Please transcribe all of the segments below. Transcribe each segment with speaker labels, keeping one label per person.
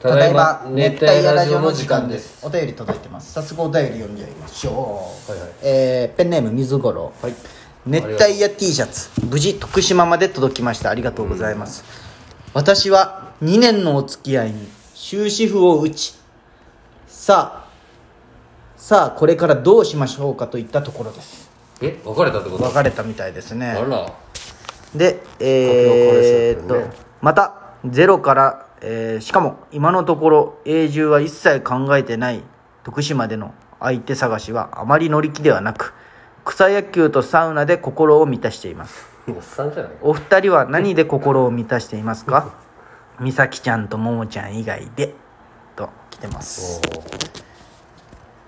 Speaker 1: ただいま熱帯夜ラジオの時間です
Speaker 2: お便り届いてます早速お便り読んじゃいましょう、
Speaker 1: はいはい
Speaker 2: えーペンネーム水五郎、
Speaker 1: はい
Speaker 2: 熱帯夜 T シャツ無事徳島まで届きましたありがとうございます、私は2年のお付き合いに終止符を打ちさあさあこれからどうしましょうかといったところです
Speaker 1: え別れたってこと
Speaker 2: 別れたみたいですね
Speaker 1: あら
Speaker 2: でえーっとまたゼロから、えーしかも今のところ永住は一切考えてない徳島での相手探しはあまり乗り気ではなく草野球とサウナで心を満たしています
Speaker 1: おっさんじゃない
Speaker 2: お二人は何で心を満たしています か美咲ちゃんとももちゃん以外でと来てます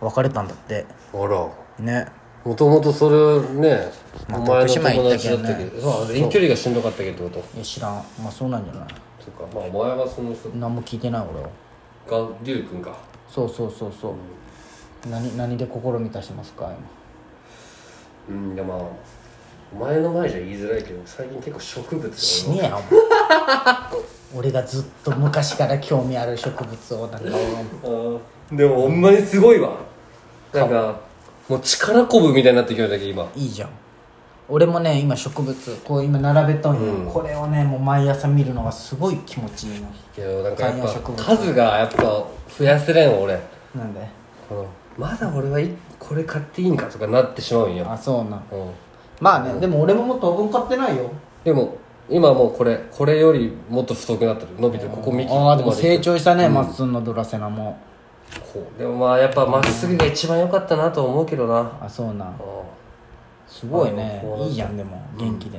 Speaker 2: 別れたんだって
Speaker 1: あら
Speaker 2: ね
Speaker 1: もともとそれねお
Speaker 2: まあ
Speaker 1: 前の
Speaker 2: 徳島行
Speaker 1: 友
Speaker 2: った
Speaker 1: 達
Speaker 2: け
Speaker 1: だ
Speaker 2: ど
Speaker 1: っ
Speaker 2: ね
Speaker 1: たけどそう遠距離がしんどかったけどってこ
Speaker 2: いや知らんまあそうなんじゃない
Speaker 1: とそうかまあお前はその人
Speaker 2: 何も聞いてない俺は
Speaker 1: が龍君か
Speaker 2: そうそうそうそう、何何で心満たしてますか
Speaker 1: うんでまあお前の前じゃ言いづらいけど最近結構植物が
Speaker 2: 死ねやお前 俺がずっと昔から興味ある植物をなんか
Speaker 1: あーでもほんまにすごいわなんかもう力こぶみたいになってきただけ今
Speaker 2: いいじゃん俺もね今植物こう今並べとんよ、これをねもう毎朝見るのがすごい気持ちいいの
Speaker 1: けどなんかや
Speaker 2: 観葉
Speaker 1: っ
Speaker 2: 植
Speaker 1: ぱ
Speaker 2: 物
Speaker 1: 数がやっぱ増やせれん俺
Speaker 2: なんで
Speaker 1: このまだ俺はいこれ買っていいんかとかなってしまうんよ、
Speaker 2: あそうな
Speaker 1: うん、
Speaker 2: まあね、でも俺ももう当分買ってないよ
Speaker 1: でも今もうこれこれよりもっと太くなってる伸びてるここ幹
Speaker 2: ああでも
Speaker 1: ここまで
Speaker 2: 成長したねまっすんのドラセナも
Speaker 1: こうでもまあやっぱまっすぐが一番良かったなと思うけどな
Speaker 2: あそうな
Speaker 1: うん
Speaker 2: すごいね
Speaker 1: あのこう
Speaker 2: いいじゃんでも元気で、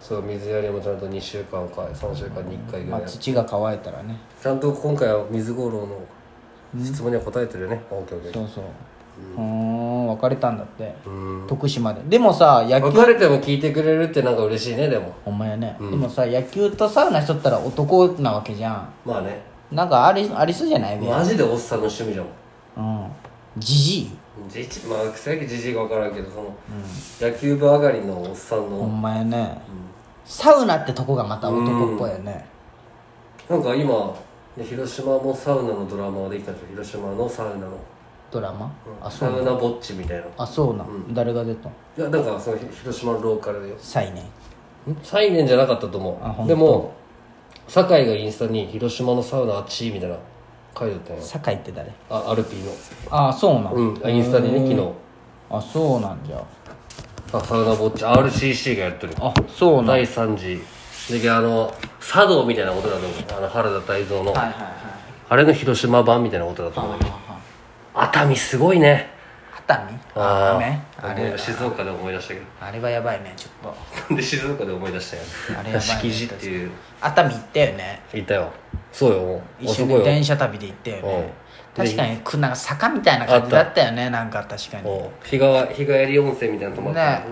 Speaker 1: そう水やりもちゃんと2週間か3週間に1回ぐ
Speaker 2: ま
Speaker 1: ら
Speaker 2: あ、
Speaker 1: い
Speaker 2: 土が乾いたらね
Speaker 1: ちゃんと今回は水五郎の質問には答えてるよね、オッケーオッケー
Speaker 2: そうそううーん別れたんだって
Speaker 1: うん
Speaker 2: 徳島ででもさ野球
Speaker 1: 別れても聞いてくれるってなんか嬉しいねでも
Speaker 2: ほんまやね、でもさ野球とサウナしとったら男なわけじゃん
Speaker 1: まあね
Speaker 2: なんかありありそうじゃないべ
Speaker 1: マジでおっさんの趣味じゃもん
Speaker 2: うんじじい
Speaker 1: じじまあ草野球じじいか分からんけどその、野球部上がりのおっさん
Speaker 2: ほ
Speaker 1: の、
Speaker 2: んまやね、サウナってとこがまた男っぽいよね、
Speaker 1: なんか今ね広島もサウナのドラマができたんですよ広島のサウナの、
Speaker 2: ドラマ、あそ
Speaker 1: サ
Speaker 2: う
Speaker 1: ウナぼっちみたいな
Speaker 2: あそうなん、誰が出たん
Speaker 1: いやなんかそのひ広島のローカルでよ
Speaker 2: サイネ
Speaker 1: サイネンじゃなかったと
Speaker 2: あ
Speaker 1: 思
Speaker 2: ほ
Speaker 1: うんで
Speaker 2: と
Speaker 1: も酒井がインスタに「広島のサウナあっち」みたいな書いてあったんよ
Speaker 2: 酒井って誰
Speaker 1: あアルピーの
Speaker 2: あそうなん、
Speaker 1: うんあインスタでね昨日
Speaker 2: あそうなんじゃ
Speaker 1: あサウナぼっち RCC がやってる
Speaker 2: あそうなんはい
Speaker 1: 第3次であの茶道みたいなことだと思うあの原田泰造の、
Speaker 2: はいはい
Speaker 1: あれの広島版みたいなことだと思う
Speaker 2: はいはい
Speaker 1: 熱海すごいね
Speaker 2: 熱海
Speaker 1: あー
Speaker 2: ねあ
Speaker 1: 思い
Speaker 2: れ
Speaker 1: 出静岡で思い出したけど
Speaker 2: あれはやばいねちょっ
Speaker 1: なんで静岡で思い出したんや
Speaker 2: あれやばいね
Speaker 1: 敷地っていう
Speaker 2: と熱海行ったよね
Speaker 1: いたよそうよもう
Speaker 2: 一緒
Speaker 1: あそ
Speaker 2: に
Speaker 1: こよ
Speaker 2: 電車旅で行ったよね
Speaker 1: うん
Speaker 2: 確かにくなんか坂みたいな感じだったよねなんか確かに
Speaker 1: お日が日帰り温泉みたいなの泊まった
Speaker 2: ね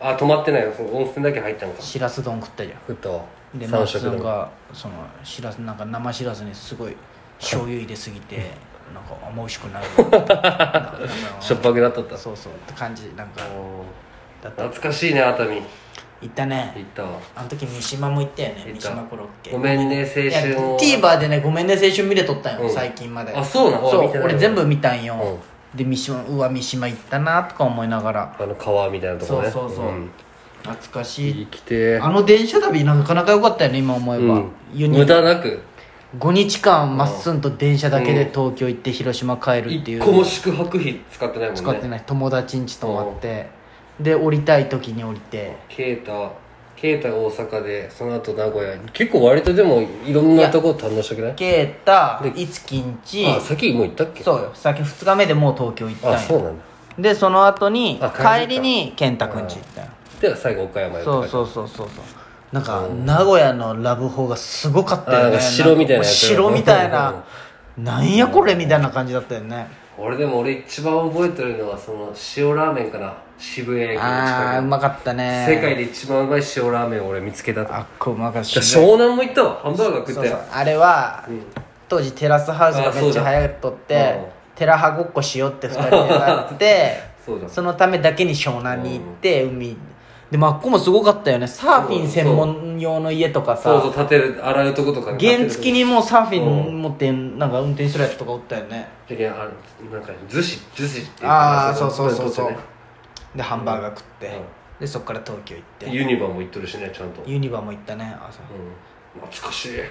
Speaker 1: うん、あ泊まってないよその温泉だけ入ったのか
Speaker 2: しらす丼食ったじゃん
Speaker 1: 食ったわ
Speaker 2: で
Speaker 1: 三
Speaker 2: 松
Speaker 1: 食
Speaker 2: さん
Speaker 1: でも
Speaker 2: がそのしらすなんか生しらすにすごい醤油入れすぎてなんかあんま美味しくないわなん か
Speaker 1: しょっぱくなっとった
Speaker 2: そうそうって感じなんか
Speaker 1: お
Speaker 2: だった
Speaker 1: 懐かしいね熱海行
Speaker 2: 行ったね
Speaker 1: ったわ
Speaker 2: あの時三島も行ったよね
Speaker 1: 行
Speaker 2: 三
Speaker 1: った
Speaker 2: 島コロッケ
Speaker 1: ごめんね青
Speaker 2: いや
Speaker 1: 春を
Speaker 2: TVer でね「ごめんね青春」見れとったんよ、
Speaker 1: うん
Speaker 2: 最近まで
Speaker 1: あそうなの
Speaker 2: そ
Speaker 1: あ見
Speaker 2: う
Speaker 1: てないわ
Speaker 2: 俺全部見たんよ、で三島うわ三島行ったなとか思いながら
Speaker 1: あの川みたいなとこ
Speaker 2: そう
Speaker 1: ね
Speaker 2: そうそう、
Speaker 1: ん
Speaker 2: 懐かし
Speaker 1: 生
Speaker 2: い
Speaker 1: きて
Speaker 2: あの電車旅なかなか良かったよね今思えば、
Speaker 1: うん
Speaker 2: 4
Speaker 1: 無
Speaker 2: 人
Speaker 1: 駄なく
Speaker 2: 5日間まっすんと電車だけで東京行って広島帰るってい
Speaker 1: 一
Speaker 2: う、
Speaker 1: 個も宿泊費使ってないもんね
Speaker 2: 使ってない友達ん家泊まって、で降りたい時に降りて
Speaker 1: ケータケータが大阪でその後名古屋結構割とでもいろんなとこ堪能したくない
Speaker 2: 啓太
Speaker 1: で
Speaker 2: いつきんち
Speaker 1: あ先もう行ったっけ
Speaker 2: そうよ先2日目でもう東京行ったんよ
Speaker 1: あそうなんだ
Speaker 2: でその後に
Speaker 1: あ帰りか
Speaker 2: 帰りに健太くんち行ったよ
Speaker 1: では最後岡山へ
Speaker 2: そうそうそうそうそうなんか名古屋のラブホがすごかったよ
Speaker 1: あな
Speaker 2: ね
Speaker 1: んか城みたいなやつ
Speaker 2: 城みたいななんやこれみたいな感じだったよね
Speaker 1: 俺でも俺一番覚えてるのはその塩ラーメンかな渋谷駅の
Speaker 2: ああう
Speaker 1: 近
Speaker 2: まかったね
Speaker 1: く世界で一番うまい塩ラーメンを俺見つけた
Speaker 2: あっこうまかったそう
Speaker 1: 湘南も行ったわハンバーガー食っ
Speaker 2: そ
Speaker 1: た
Speaker 2: う
Speaker 1: よ
Speaker 2: あれは当時テラスハウスがめっちゃ流行っとっ
Speaker 1: あそう
Speaker 2: て
Speaker 1: だうん
Speaker 2: テラハごっこしようって2人でやって
Speaker 1: そうだ
Speaker 2: そのためだけに湘南に行って海でマッコもすごかったよねサーフィン専門用の家とか
Speaker 1: そうそう
Speaker 2: さ
Speaker 1: 立てる洗うとことかね
Speaker 2: 原付にもうサーフィン
Speaker 1: うん
Speaker 2: 持ってなんか運転してるやつとかおったよね
Speaker 1: いやあのなんかずしずしっていう
Speaker 2: あ
Speaker 1: か
Speaker 2: あそうそうそう
Speaker 1: い
Speaker 2: そ
Speaker 1: こと
Speaker 2: う
Speaker 1: ね
Speaker 2: でハンバーガー食って、
Speaker 1: うん
Speaker 2: でそっから東京行って
Speaker 1: ユニバも行っとるしねちゃんと、うん、
Speaker 2: ユニバも行ったね朝
Speaker 1: 懐かしい
Speaker 2: ずっ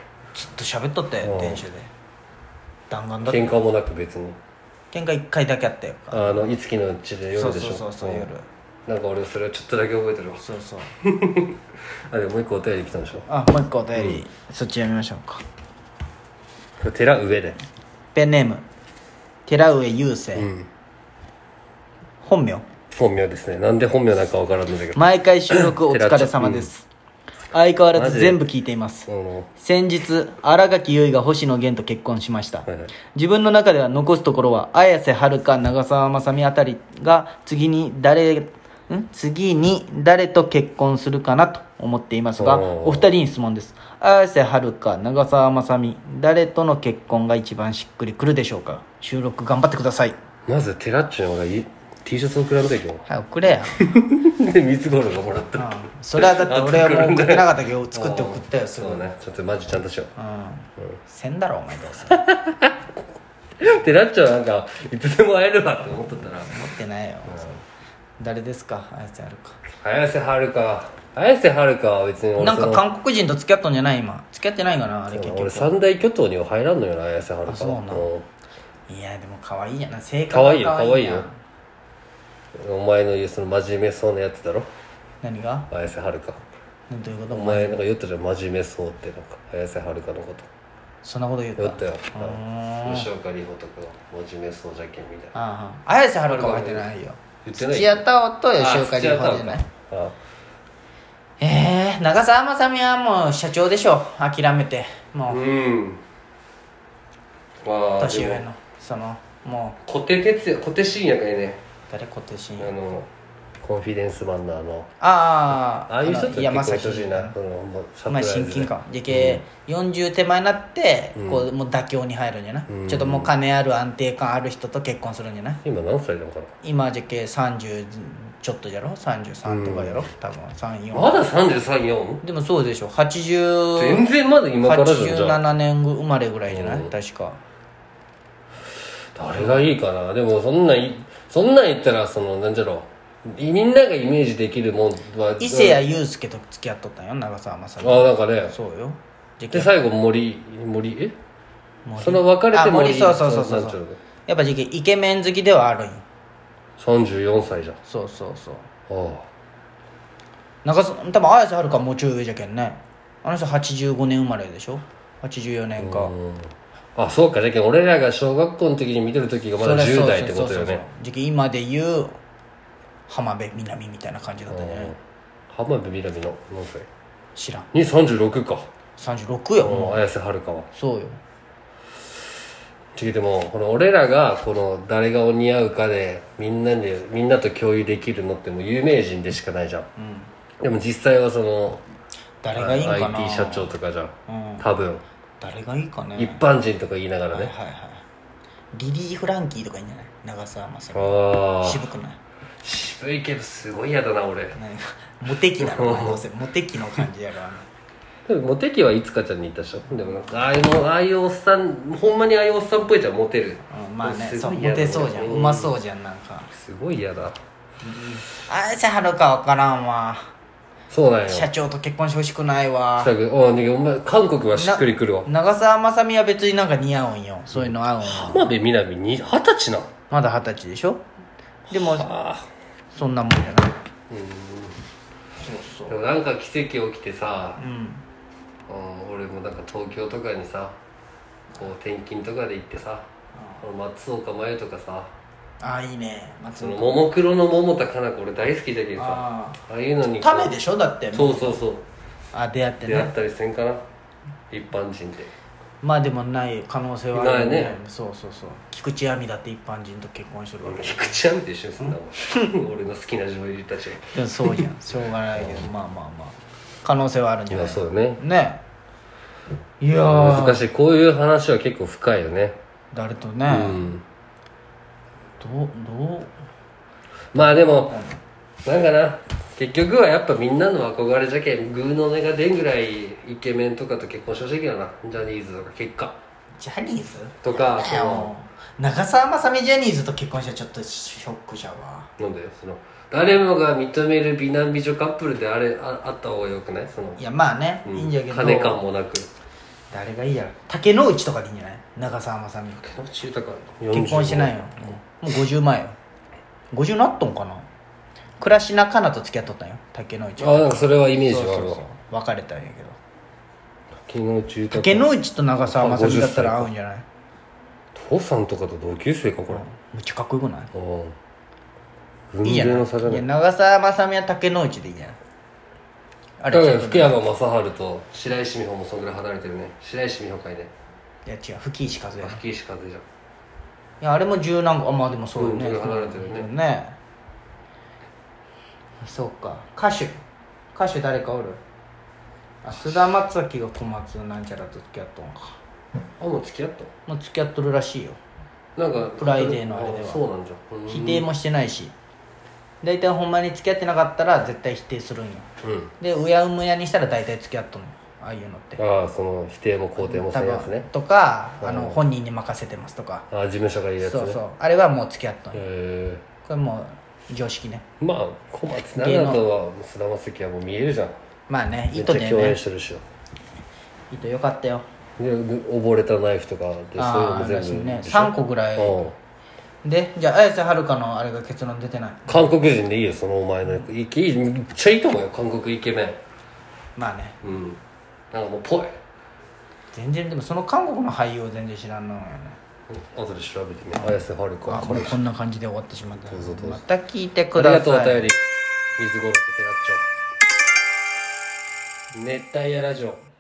Speaker 2: と喋っとったよ
Speaker 1: うん
Speaker 2: 電車で弾丸だった
Speaker 1: 喧嘩もなく別に
Speaker 2: 喧嘩一回だけあったよ
Speaker 1: あのいつきのうちで
Speaker 2: そう
Speaker 1: 夜で
Speaker 2: そう
Speaker 1: しょ
Speaker 2: そうそう夜
Speaker 1: なんか俺それはちょっとだけ覚えてるわ
Speaker 2: そうそう
Speaker 1: あでももう一個お便り来たんでしょ
Speaker 2: あもう一個お便り、そっち読みましょうか
Speaker 1: これ寺上で
Speaker 2: ペンネーム寺上雄生、
Speaker 1: うん
Speaker 2: 本名
Speaker 1: 本名ですねなんで本名なんかわからんのだけど
Speaker 2: 毎回収録お疲れ様です、相変わらず全部聞いています
Speaker 1: あの
Speaker 2: 先日新垣結衣が星野源と結婚しました、
Speaker 1: はいはい
Speaker 2: 自分の中では残すところは綾瀬はるか長澤まさみあたりが次に誰ん次に誰と結婚するかなと思っていますが
Speaker 1: おー
Speaker 2: お二人に質問です綾瀬はるか長澤まさみ誰との結婚が一番しっくりくるでしょうか収録頑張ってください
Speaker 1: まず寺っちゅうのがいい T シャツをくらべたけど
Speaker 2: はい送 れや
Speaker 1: で三つ頃がもらった
Speaker 2: それはだって俺はもう送ってなかったけど作って送ったよすぐ
Speaker 1: そうねちょっとマジちゃんとしよう
Speaker 2: うんせんだろお前どうせ
Speaker 1: 寺っちゅうはなんかいつでも会えるわって思っとったら
Speaker 2: 持ってないよ誰ですか綾瀬はるか
Speaker 1: 綾瀬はるか綾瀬はるかは別に俺
Speaker 2: なん
Speaker 1: そ
Speaker 2: か
Speaker 1: の
Speaker 2: 韓国人と付き合ったんじゃない今付き合ってないかなあれ結
Speaker 1: 俺
Speaker 2: 局
Speaker 1: 三大巨頭には入らんのよな綾瀬はるか
Speaker 2: あそうなん
Speaker 1: ん
Speaker 2: いやでも可愛いじゃない性格
Speaker 1: 可愛いよ
Speaker 2: が
Speaker 1: 可愛い
Speaker 2: やん
Speaker 1: よお前の言うその真面目そうなやつだろ
Speaker 2: 何が
Speaker 1: 綾瀬はるか
Speaker 2: ねどういうこと
Speaker 1: お
Speaker 2: お前
Speaker 1: 前なんか言ったじゃん真面目そうってなんか綾瀬はるかのこと
Speaker 2: そんなこと言った
Speaker 1: 言ったよ
Speaker 2: ー
Speaker 1: 吉岡里帆とかが真面目そうじゃけんみたいな
Speaker 2: ああ綾瀬はるかは入ってないよ
Speaker 1: 言ってない
Speaker 2: 土屋太鳳と吉岡里帆じゃない
Speaker 1: あ
Speaker 2: ええ長澤まさみはもう社長でしょ諦めてもう
Speaker 1: うんまあ
Speaker 2: 年上のそのも
Speaker 1: 小手哲也小手伸也がいいね
Speaker 2: う誰小手伸
Speaker 1: あ
Speaker 2: 也
Speaker 1: のコンフィデンスマンのあの
Speaker 2: ああ
Speaker 1: ああいう人って
Speaker 2: いや
Speaker 1: 結構
Speaker 2: ま
Speaker 1: 愛
Speaker 2: さ
Speaker 1: しいなそのもうサプラ
Speaker 2: まあ
Speaker 1: イズで
Speaker 2: 親近感じゃけ、40手前になってこうもう妥協に入るんじゃない、
Speaker 1: うん
Speaker 2: ちょっともう金ある安定感ある人と結婚するんじゃない
Speaker 1: 今何歳なのかな
Speaker 2: 今じゃけ30ちょっとじゃろ33とかやろ、多分34、
Speaker 1: まだ 334?
Speaker 2: でもそうでしょ80
Speaker 1: 全然まだ今からじゃんじゃあ
Speaker 2: 87年生まれぐらいじゃない、
Speaker 1: うん
Speaker 2: 確か
Speaker 1: 誰がいいかなでもそんなんいそんなん言ったらそのなんじゃろういみんながイメージできるもんは
Speaker 2: 伊勢谷友介と付き合っとったんよ長澤まさみ
Speaker 1: ああなんかね
Speaker 2: そうよじゃけ
Speaker 1: で最後森森え
Speaker 2: 森
Speaker 1: その別れて
Speaker 2: あ森
Speaker 1: 森
Speaker 2: そうそうそうそう
Speaker 1: なんちゃら
Speaker 2: やっぱじゃけイケメン好きではあるんよ
Speaker 1: 34歳じゃんあ
Speaker 2: そうそうそう
Speaker 1: あ
Speaker 2: 中澤多分綾瀬はるかはもうちょい上じゃけんねあの人85年生まれでしょ84年か、
Speaker 1: うんあそうかじゃけん俺らが小学校の時に見てる時がまだ
Speaker 2: それ
Speaker 1: 10代ってことだ
Speaker 2: そ
Speaker 1: よ
Speaker 2: うそうそう
Speaker 1: ね
Speaker 2: じゃけん今で言う浜辺美波みたいな感じだったんじゃない
Speaker 1: うん浜辺美波の何歳
Speaker 2: 知らん
Speaker 1: に36か
Speaker 2: 36よ、
Speaker 1: うん綾瀬はるかは
Speaker 2: そうよ
Speaker 1: ちでもこの俺らがこの誰がお似合うかでみんなでみんなと共有できるのってもう有名人でしかないじゃん、でも実際はその
Speaker 2: 誰がいいんかな
Speaker 1: IT 社長とかじゃん
Speaker 2: うん
Speaker 1: 多分、
Speaker 2: 誰がいいかね
Speaker 1: 一般人とか言いながら
Speaker 2: はい
Speaker 1: ね、
Speaker 2: はいはいリリー・フランキーとかいいんじゃない長澤まさみ
Speaker 1: ああ
Speaker 2: 渋くない
Speaker 1: 渋いけどすごい嫌だな俺
Speaker 2: 何かモテ期だろお前どうせモテ期の感じやろあの
Speaker 1: でもモテ期はいつかちゃんに言ったでしょでもなんかああいうああいうおっさんほんまにああいうおっさんっぽいじゃんモテる、
Speaker 2: うんまあね
Speaker 1: す
Speaker 2: そ
Speaker 1: ご
Speaker 2: う
Speaker 1: い
Speaker 2: モ
Speaker 1: 嫌だ
Speaker 2: テそうじゃん
Speaker 1: 俺
Speaker 2: うまそうじゃんなんか
Speaker 1: すごい嫌だ
Speaker 2: 綾瀬はるかわからんわ
Speaker 1: そうなんよ
Speaker 2: 社長と結婚してほしくないわ
Speaker 1: したくああでお前韓国はしっくりくるわ
Speaker 2: 長澤まさみは別になんか似合うんよそういうの合うんよ
Speaker 1: 浜辺美波に二十歳なん
Speaker 2: まだ二十歳でしょでも
Speaker 1: ああ
Speaker 2: そんなもんじゃないそう
Speaker 1: でもなんか奇跡起きてさ、
Speaker 2: そううん
Speaker 1: うん俺もなんか東京とかにさこう転勤とかで行ってさこの松岡茉優とかさ
Speaker 2: ああいいね松
Speaker 1: その
Speaker 2: 本
Speaker 1: ももクロの桃田かな子俺大好きじゃけどさ
Speaker 2: ああ
Speaker 1: ああいうのにこう
Speaker 2: ためでしょだって
Speaker 1: そうそうそう
Speaker 2: あ出会って
Speaker 1: 出会
Speaker 2: ね
Speaker 1: ったりせんかな一般人って
Speaker 2: まあでもない可能性はあるよ
Speaker 1: ないね
Speaker 2: そうそうそう菊池亜美だって一般人と結婚してるわけ
Speaker 1: 菊池亜美と一緒にすんだもん俺の好きな女優たちが
Speaker 2: でもそうじゃんしょうがないけどまあまあまあ可能性はあるんじゃない
Speaker 1: そうだね
Speaker 2: ねいやー
Speaker 1: 難しいこういう話は結構深いよね
Speaker 2: 誰と
Speaker 1: う
Speaker 2: ね、
Speaker 1: ん
Speaker 2: どうどう
Speaker 1: まあでもなんかな結局はやっぱみんなの憧れじゃけんグーの音が出んぐらいイケメンとかと結婚してほしいけどなジャニーズとか結果
Speaker 2: ジャニーズ
Speaker 1: とか
Speaker 2: いやもう長澤まさみジャニーズと結婚したらちょっとショックじゃわ
Speaker 1: そのなんでその誰もが認める美男美女カップルであれああった方がよくないその
Speaker 2: いやまあね、
Speaker 1: うん
Speaker 2: いいんじゃけど
Speaker 1: 金感もなく
Speaker 2: 誰がいいやろ竹野内とかでいいんじゃない長澤まさみ
Speaker 1: 中高
Speaker 2: 結婚してないよもう50万よ50なっとんかな倉科香奈と付き合っとったんよ竹野内
Speaker 1: あなんかそれはイメージ
Speaker 2: そう
Speaker 1: があ
Speaker 2: そ
Speaker 1: る
Speaker 2: う
Speaker 1: わ
Speaker 2: そう別れたんやけど
Speaker 1: 昨日中高
Speaker 2: 竹野内と長澤まさみだったら合うんじゃない
Speaker 1: 父さんとかと同級生かこれ
Speaker 2: めっちゃかっこよくない
Speaker 1: うん
Speaker 2: いい
Speaker 1: 運
Speaker 2: じゃな
Speaker 1: 命
Speaker 2: い
Speaker 1: の差じゃ
Speaker 2: い
Speaker 1: な
Speaker 2: や
Speaker 1: い
Speaker 2: 長澤まさみは竹野内でいいじゃんあ
Speaker 1: だ
Speaker 2: れ
Speaker 1: か
Speaker 2: ちょ
Speaker 1: ら
Speaker 2: っと
Speaker 1: 福山雅治と白石美穂もそんぐらい離れてるね白石美穂かいね
Speaker 2: いや違う吹石和也い
Speaker 1: 吹石風じゃん
Speaker 2: やあれも十何個あまあでもそうよね
Speaker 1: うん離れてるね
Speaker 2: ねそうか歌手歌手誰かおるあ菅田将暉が小松なんちゃらと付き合っとんか
Speaker 1: あもう付き合った
Speaker 2: もう付き合っとるらしいよ
Speaker 1: なんか
Speaker 2: プライデーのあれでは
Speaker 1: そうなんじゃん
Speaker 2: 否定もしてないし大体ほんまに付き合ってなかったら絶対否定するんよ
Speaker 1: うん
Speaker 2: でうやむやにしたら大体付き合っとんよああいうのって
Speaker 1: ああその否定も肯定もせんやつね
Speaker 2: とかあ
Speaker 1: う
Speaker 2: の
Speaker 1: ん
Speaker 2: 本人に任せてますとか
Speaker 1: ああ事務所がいいやつね
Speaker 2: そうそうあれはもう付き合っとんよ
Speaker 1: へ
Speaker 2: これもう常識ね
Speaker 1: えまあ小松菜奈とは菅田将暉はもう見えるじゃん
Speaker 2: まあね
Speaker 1: めっ
Speaker 2: 糸
Speaker 1: ち
Speaker 2: で
Speaker 1: ゃ共演
Speaker 2: ね
Speaker 1: してるし
Speaker 2: 糸よかったよ
Speaker 1: で溺れたナイフとかでそういうの
Speaker 2: あ
Speaker 1: も
Speaker 2: あらしい
Speaker 1: 全部
Speaker 2: ね
Speaker 1: でしょ
Speaker 2: 3個ぐらい
Speaker 1: うん
Speaker 2: でじゃあ綾瀬はるかのあれが結論出てない
Speaker 1: 韓国人でいいよそのお前のいいいめっちゃいいと思うよ韓国イケメ
Speaker 2: まあね
Speaker 1: ンうんなんかもうぽい
Speaker 2: 全然でもその韓国の俳優を全然知らんのよね
Speaker 1: 後で調べてみよう綾瀬はる
Speaker 2: あ
Speaker 1: か
Speaker 2: これこんな感じで終わってしまった
Speaker 1: どうぞどうぞ
Speaker 2: また聞いて
Speaker 1: あ
Speaker 2: く
Speaker 1: りが
Speaker 2: だ
Speaker 1: とうお
Speaker 2: さい
Speaker 1: 便り水五郎とペラッチョ熱帯夜ラジオ